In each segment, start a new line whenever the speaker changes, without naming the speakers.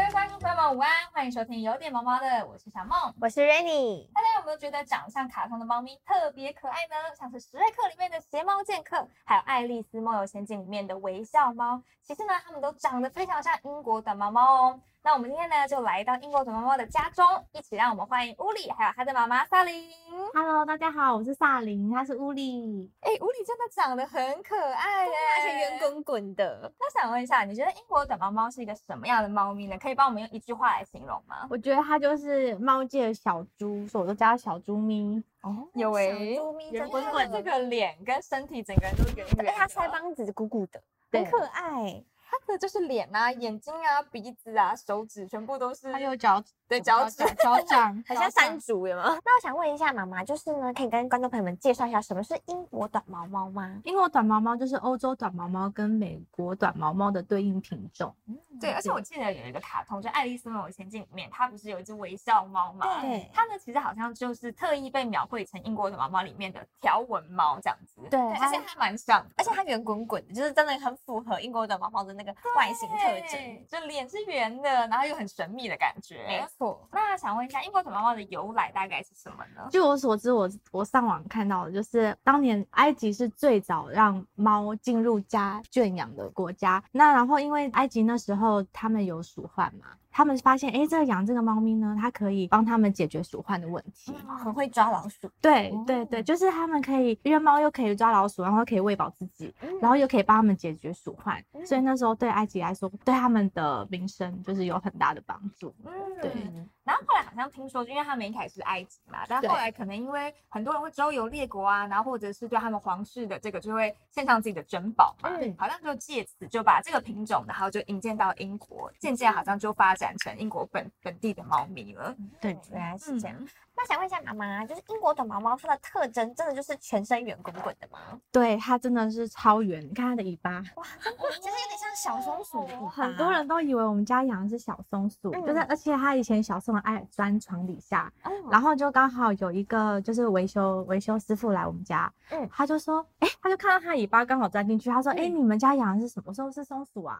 友午安，欢迎收听有点毛毛的，我是小梦。
我是 Rainy，
大家有没有觉得长相卡通的猫咪特别可爱呢？像是《史瑞克》里面的邪猫剑客，还有《爱丽丝梦游仙境》里面的微笑猫。其实呢，它们都长得非常像英国短毛猫哦。那我们今天呢，就来到英国短毛猫的家中，一起让我们欢迎乌里，还有它的妈妈萨琳。
Hello，大家好，我是萨琳，她是乌力。
哎，乌里真的长得很可爱耶，
而且圆。滚滚的。
那想问一下，你觉得英国短毛猫是一个什么样的猫咪呢？可以帮我们用一句话来形容吗？
我觉得她就是猫界的小猪，所以我都叫她小猪咪。
哦，有诶、
小猪咪
圆
真
滚
的
滚
这个脸跟身体整个人都圆圆的，
哎，它腮帮子鼓鼓的，很
对
可爱。
它的就是脸啊、眼睛啊、鼻子啊、手指全部都是，
她有脚，
对脚趾。
脚 掌，
很像山
竹有吗？
那我想问一下妈妈，就是呢，可以跟观众朋友们介绍一下什么是英国短毛猫吗？
英国短毛猫就是欧洲短毛猫跟美国短毛猫的对应品种。
对，而且我记得有一个卡通，就《爱丽丝梦游仙境》里面，它不是有一只微笑猫吗？
对
它呢其实好像就是特意被描绘成英国的毛猫里面的条纹猫这样子。
对
而且还蛮像的，
而且它圆滚滚的，就是真的很符合英国短毛猫的那个外形特征。
对，就脸是圆的，然后又很神秘的感觉。
错，
那想问一下，英国短毛猫的由来大概是什么呢？
据我所知，我我上网看到的就是当年埃及是最早让猫进入家圈养的国家。那然后因为埃及那时候他们有鼠患嘛，他们发现诶，这个养这个猫咪呢，它可以帮他们解决鼠患的问题。
很会抓老鼠。
对
嗯哦
对对，就是他们可以，因为猫又可以抓老鼠，然后又可以喂饱自己，
嗯
然后又可以帮他们解决鼠患，
嗯
所以那时候对埃及来说，对他们的民生就是有很大的帮助。
嗯，
对
然后后来好像听说，因为他们一开始是埃及嘛，但
对
后来可能因为很多人会周游列国啊，然后或者是对他们皇室的这个就会献上自己的珍宝嘛，
嗯
好像就借此就把这个品种，然后就引荐到英国，渐渐好像就发展成英国本本地的猫咪了。
对，
原来是
嗯
这样。那想问一下妈妈，就是英国短毛猫它的特征真的就是全身圆滚滚的 吗？
对，它真的是超圆，你看它的尾巴，
其实有点像小松鼠的尾
哦
巴
哦很多人都以为我们家养的是小松鼠，就是
嗯
而且它以前小时候很爱钻床底下，
嗯
哦
然后就刚好有一个就是维修维修师傅来我们家，
嗯
他就说，哎、他就看到他尾巴刚好钻进去，他说，哎、你们家养的是什么？我说是松鼠啊，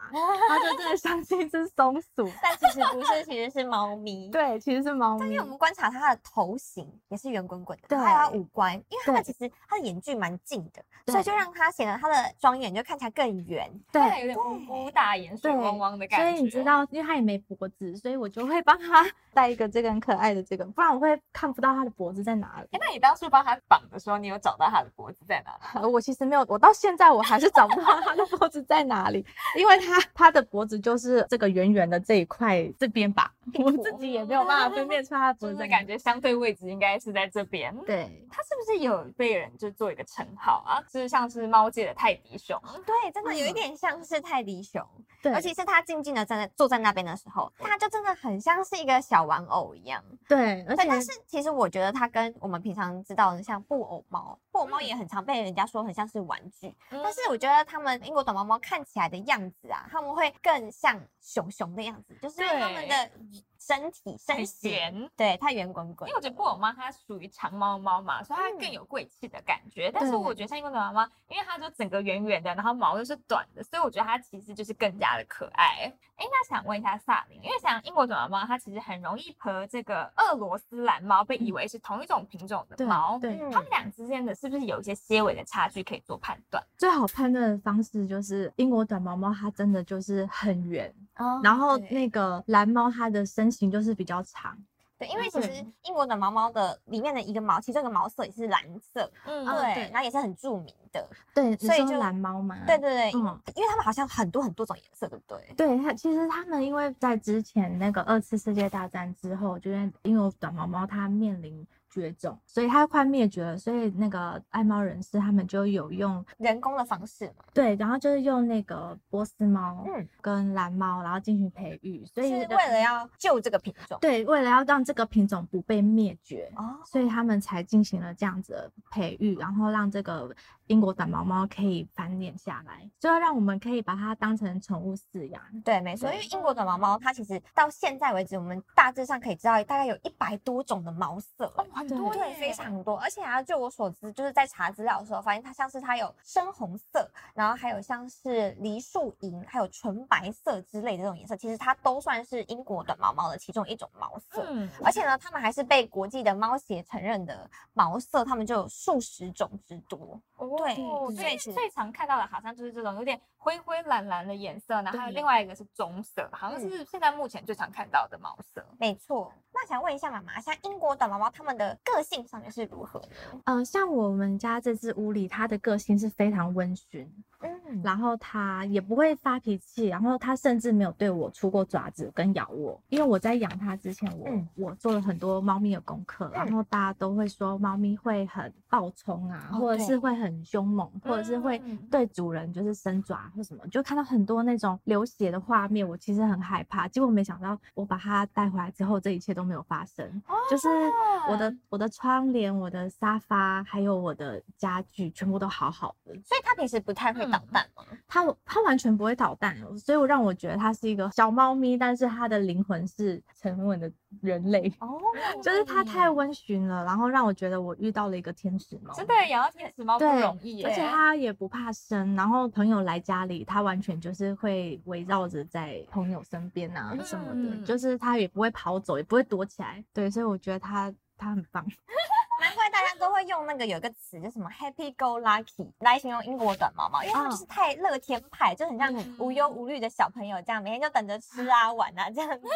他就真的相信是松鼠，
但其实不是，其实是猫咪。
对，其实是猫
因
咪
为我，们观察它的头型也是圆滚滚
嗯
的，
对
然后还有它五官，因为它的其
对
实它的眼距蛮近的，
对
所以就让它显得它的双眼就看起来更圆。
看起来有
对。
点无辜大眼水
对
汪汪的感
所
觉。
以你知，道，因为它也没脖子，所以我就会帮它 戴一个这个很可爱的这个，不然我会看不到它的脖子在哪里
哎，。那你当初帮它绑的时候，你有找到它的脖子在哪吗？
呃我其实没有，我到现在我还是找不到它的脖子在哪里，因为它它的脖子就是这个圆圆的这一块这边吧，我自己也没有办法分辨出它的
就
脖子
是
在
感
觉。
觉相对位置应该是在这边。
对，
它是不是有被人就做一个称号啊？就是像是猫界的泰迪熊，
对，真的有一
嗯
点像是泰迪熊，
对，
尤其是它静静的站在坐在那边的时候，它就真的很像是一个小玩偶一样。
对，而
对，
且
但是其实我觉得它跟我们平常知道的像布偶猫，布偶猫也很常被人家说很像是玩具，
嗯
但是我觉得它们英国短毛猫看起来的样子啊，它们会更像熊熊的样子，就是因为它们
对
的身体身
嗯很
形，
闲。
对，它圆滚滚
因
的。
为我觉得布偶猫它属于长毛猫嘛，所以它
嗯
更有贵气的感觉。但是我觉得像英国短毛猫，因为它就整个圆圆的，然后毛又是短的，所以我觉得它其实就是更加的可爱。哎，那想问一下萨琳，因为像英国短毛猫，它其实很容易和这个俄罗斯蓝猫被以为是同一种品种的
嗯对
猫，
对，
嗯
它们俩之间的是不是有一些些微的差距可以做判断？
最好判断的方式就是英国短毛猫，它真的就是很圆，
哦
然后
对
那个蓝猫它的身形就是比较长。
对，因为其
对
实英国短毛猫的里面的一个毛，其中一个毛色也是蓝色，
嗯
哦
对，
对
然后也是很著名的。
对，你
所以
说
就
蓝猫吗？
对对对，
嗯
因为它们好像很多很多种颜色，对不对？
对它，其实它们因为在之前那个二次世界大战之后，就是因为短毛猫它面临绝种，所以它快灭绝了，所以那个爱猫人士他们就有用
人工的方式嘛，
对，然后就是用那个波斯猫
嗯
跟蓝猫，然后进行培育，所以
是为了要救这个品种。
对为了要让这个品种不被灭绝。
哦，
所以他们才进行了这样子的培育，然后让这个英国短毛猫可以繁衍下来，就要让我们可以把它当成宠物饲养。
对，没错，
对
因为英国短毛猫它其实到现在为止，我们大致上可以知道大概有一百多种的毛色，
哦，很多
对，
耶
非常多。而且啊，就我所知，就是在查资料的时候，发现它像是它有深红色，然后还有像是梨树银，还有纯白色之类的这种颜色，其实它都算是英国短毛猫的其中一种毛色。
嗯，
而且呢，它们还是被国际的猫协承认的毛色，它们就有数十种之多。对
哦
嗯
所以
确实
最常看到的好像就是这种有点灰灰蓝蓝的颜色，然后还有
对
另外一个是棕色，好像
嗯
是现在目前最常看到的毛色。
没错，那想问一下妈妈，像英国短毛猫，它们的个性上面是如何呢？
嗯、像我们家这只乌里，它的个性是非常温驯，
嗯，
然后它也不会发脾气，然后它甚至没有对我出过爪子跟咬我。因为我在养它之前，我、
嗯
我做了很多猫咪的功课，然
嗯
后大家都会说猫咪会很暴冲啊，
哦
或者
对
是会很凶猛，或者是会
嗯
对主人就是伸爪或什么，就看到很多那种流血的画面，我其实很害怕。结果没想到我把它带回来之后，这一切都没有发生。
哦
就是我的
嗯
我的窗帘、我的沙发，还有我的家具，全部都好好的。
所以它平时不太会
嗯
捣蛋吗？
它它完全不会捣蛋，所以我让我觉得它是一个小猫咪，但是它的灵魂是沉稳的人类。
哦，
就是它太温驯了，然后让我觉得我遇到了一个天使猫。
嗯真的养到天使猫不
对
容易耶，
而且它也不怕生，然后朋友来家里，它完全就是会围绕着在朋友身边啊什么的，
嗯
就是它也不会跑走，也不会躲起来。对，所以我觉得它它很棒。
难怪大家都会用那个有一个词叫什么 “happy go lucky” 来形容英国短毛猫，因为它们
嗯
就是太乐天派，就很像
嗯
无忧无虑的小朋友这样，每天就等着吃啊、玩啊这样 子，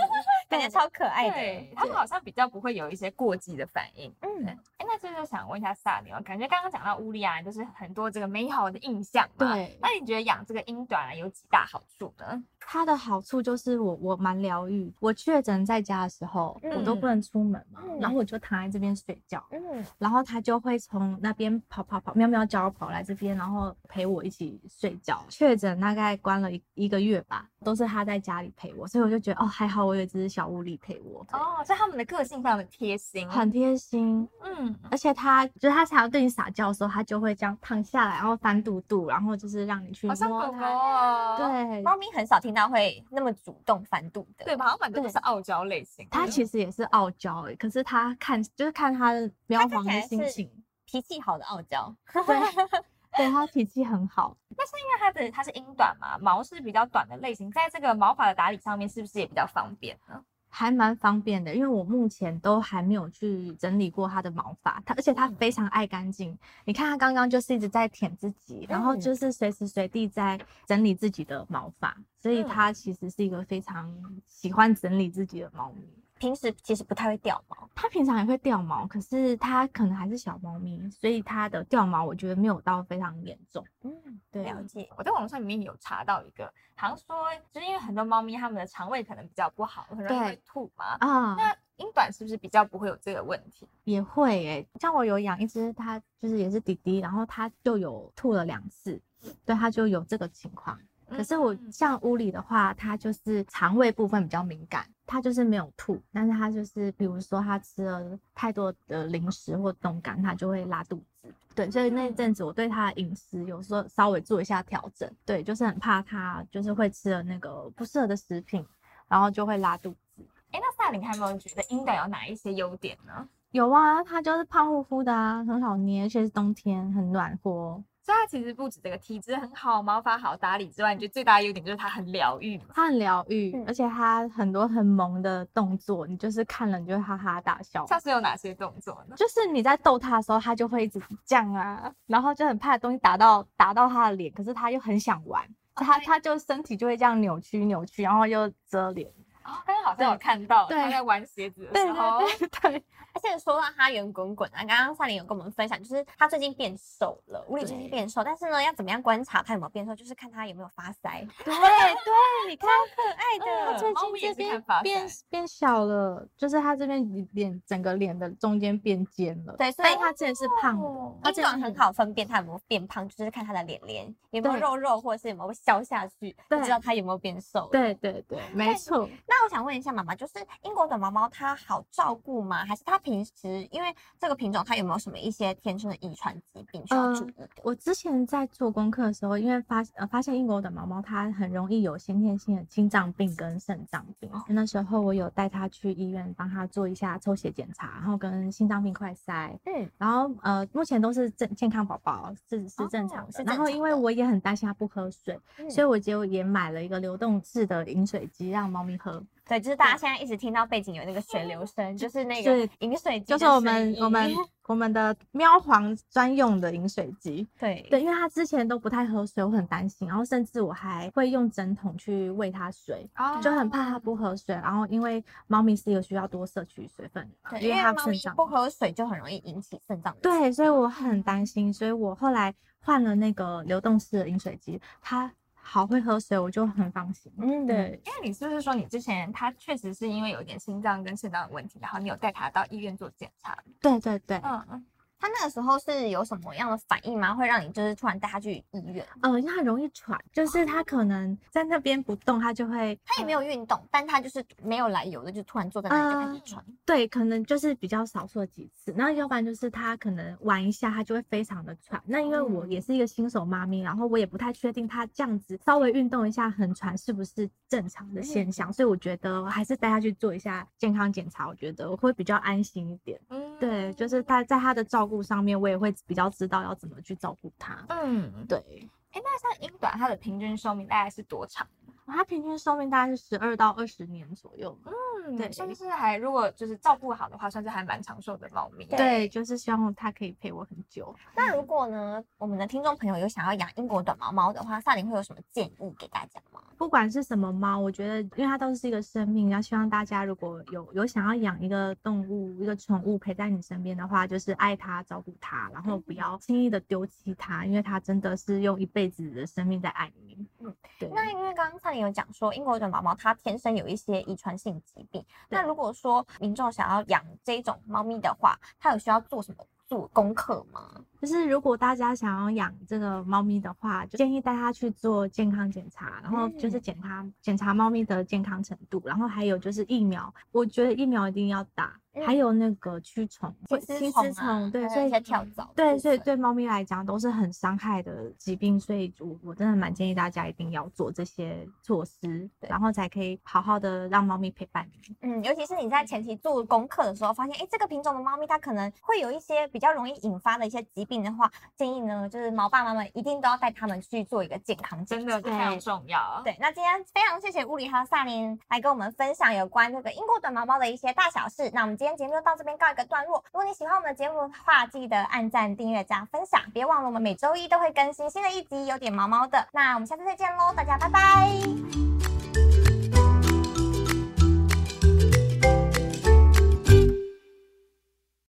感觉超可爱
对
的。
它们好像比较不会有一些过激的反应。
嗯
对，哎，那这就想问一下萨尼哦，感觉刚刚讲到乌利亚就是很多这个美好的印象嘛。
对
那你觉得养这个英短啊有几大好处呢？
它的好处就是我我蛮疗愈。我确诊在家的时候，我都不能出门嘛，
嗯
然后我就躺在这边睡觉，
嗯，
然后它就会从那边跑跑跑，喵喵叫跑来这边，然后陪我一起睡觉。确诊大概关了一一个月吧，都是它在家里陪我，所以我就觉得哦还好我有一只小狐狸陪我，
哦，所以它们的个性非常的贴心，
很贴心。
嗯，
而且它就是它常常对你撒娇的时候，它就会这样躺下来，然后翻肚肚，然后就是让你去
好像
摸
狗狗
它。
哦，
对，
猫咪很少听到会那么主动反肚的。
对吧？好像蛮多都
对
是傲娇类型的。
它
嗯
其实也是傲娇欸，可是它看就是看它的喵
看
皇
起
的
来
心
是
情，
脾气好的傲娇，
对，对它脾气很好。
因为它的 它是英短嘛，毛是比较短的类型，在这个毛发的打理上面是不是也比较方便呢？
还蛮方便的，因为我目前都还没有去整理过它的毛发，它而且它
嗯
非常爱干净。你看它刚刚就是一直在舔自己，然后
嗯
就是随时随地在整理自己的毛发，所以
嗯
它其实是一个非常喜欢整理自己的猫咪。
平时其实不太会掉毛。
它平常也会掉毛，可是它可能还是小猫咪，所以它的掉毛我觉得没有到非常严重。
嗯，
对，啊
了解。
我在网络上里面有查到一个，好像说就是因为很多猫咪它们的肠胃可能比较不好，很容易
对
会吐嘛。
嗯
啊，
那英短是不是比较不会有这个问题？
也会诶、像我有养一只，它就是也是弟弟，然后它就有吐了两次，对，它就有这个情况。可是我
嗯
像屋里的话，它就是肠胃部分比较敏感，它就是没有吐，但是它就是比如说它吃了太多的零食或冻干，它就会拉肚子。对，所以那一阵子我对它的饮食有时候稍微做一下调整，对，就是很怕它就是会吃了那个不适合的食品，然后就会拉肚子。
哎，那萨林还有没有觉得英短有哪一些优点呢？
有啊，它就是胖乎乎的啊，很好捏，而且是冬天很暖和。
所以它其实不止这个体质很好、毛发好打理之外，你觉得最大的优点就是它很疗愈嘛？
它很疗愈，
嗯
而且它很多很萌的动作，你就是看了你就会哈哈大笑。
像是有哪些动作呢？
就是你在逗它的时候，它就会一直这样啊，然后就很怕东西打到打到它的脸，可是它又很想玩，它它就身体就会这样扭曲扭曲，然后又遮脸。
哦，刚刚好像有看到
对
他在玩鞋子的时候，
对对，
而且说到它圆滚滚啊，刚刚赛琳有跟我们分享，就是它最近变瘦了，吴里最近
对
变瘦，但是呢，要怎么样观察它有没有变瘦，就是看它有没有发腮，
对对，你看
可爱
嗯
它最
猫咪也
近这
是看
边
发
变
腮
变小了，就是它这边脸整个脸的中间变尖了。哎
对所以
但是它之前是胖的
哦，
它
英
之
短
前
很。好分辨它有没有变胖，就是看它的脸脸有没有
对
肉肉，或者是有没有消下去，就
对
知道它有没有变瘦。，
对对对，没错。
那我想问一下妈妈，就是英国短毛猫它好照顾吗？还是它平时因为这个品种，它有没有什么一些天生的遗传疾病需
嗯
要注意的？
我之前在做功课的时候，因为发呃发现英国的毛毛它很容易有先天性的心脏病跟肾脏病，
哦
那时候我有带它去医院帮它做一下抽血检查，然后跟心脏病快筛，
嗯，
然后呃目前都是正健康宝宝，是是正常
哦
的。
是
然
正
后
常
因为
的嗯
我也很担心它不喝水，所
以
以我就也买了一个流动式的饮水机让猫咪喝。
对，就是大家现在一直听到背景有那个水流声，就是那个
是
饮水
就
机的
是我
声
们我
音
们我们的喵皇专用的饮水机，
对
对，因为它之前都不太喝水，我很担心，然后甚至我还会用针筒去喂它水，
哦
就很怕它不喝水。然后因为猫咪是一个需要多摄取水分的嘛，
对，因为
它
猫
肾
咪
脏
不喝嗯水就很容易引起肾脏的疾
对，
病
所以我很担心，所以我后来换了那个流动式的饮水机，它好会喝水，我就很放心。
嗯，
对，
因为你是不是说你之前他确实是因为有一点心脏跟肾脏的问题，然后你有带他到医院做检查？
对对对，
嗯嗯，
它那个时候是有什么样的反应吗？会让你就是突然带它去医院？
呃，因为它容易喘，就是它可能在那边不动，它就会
它也没
嗯
有运动，但它就是没有来由的就突然坐在那里就开始
嗯
喘。
对，可能就是比较少数的几次，那要不然就是他可能玩一下，他就会非常的喘。那因为我也是一个新手妈咪，然后我也不太确定他这样子稍微运动一下很喘是不是正常的现象，所以我觉得还是带他去做一下健康检查，我觉得我会比较安心一点。
嗯
对，就是他在他的照顾上面，我也会比较知道要怎么去照顾他。
嗯，
对，
哎，那像英短它的平均寿命大概是多长？
哦他平均寿命大概是十二到二十年左右嘛。
嗯
对
算是还如果就是照顾好的话，算是还蛮长寿的猫咪。
对，就是希望他可以陪我很久。
啊那如果呢，我们的听众朋友有想要养英国短毛猫的话，萨林会有什么建议给大家吗？
不管是什么猫，我觉得，因为它都是一个生命，然后希望大家如果有有想要养一个动物、一个宠物陪在你身边的话，就是爱它、照顾它，然后
嗯
不要轻易的丢弃它，因为它真的是用一辈子的生命在爱你。
嗯
嗯，对。
那因为刚刚萨林有讲说，英国短毛猫它天生有一些遗传性疾病。那如果说民众想要养这种猫咪的话，它有需要做什么做功课吗？
就是如果大家想要养这个猫咪的话，就建议带它去做健康检查，然后就是
嗯
检查、检查猫咪的健康程度，然后还有就是疫苗，我觉得疫苗一定要打，还有那个驱虫、
寄
会
丝
寄
嗯虫
丝虫，
啊
对，
还
所
有一
以
些跳蚤的
对，
部
所以
分
对猫咪来讲都是很伤害的疾病，所以我我真的蛮建议大家一定要做这些措施，
对
然后才可以好好的让猫咪陪伴你。
嗯，尤其是你在前期做功课的时候，发现哎，诶这个品种的猫咪它可能会有一些比较容易引发的一些疾病的话，建议呢，就是毛爸妈们一定都要带它们去做一个健康检
真的
查
非常重要。
对，那今天非常谢谢乌里还有萨林来跟我们分享有关这个英国短毛猫的一些大小事。那我们今天节目就到这边告一个段落。如果你喜欢我们的节目的话，记得按赞、订阅、加分享，别忘了我们每周一都会更新新的一集有点毛毛的。那我们下次再见喽，大家拜拜。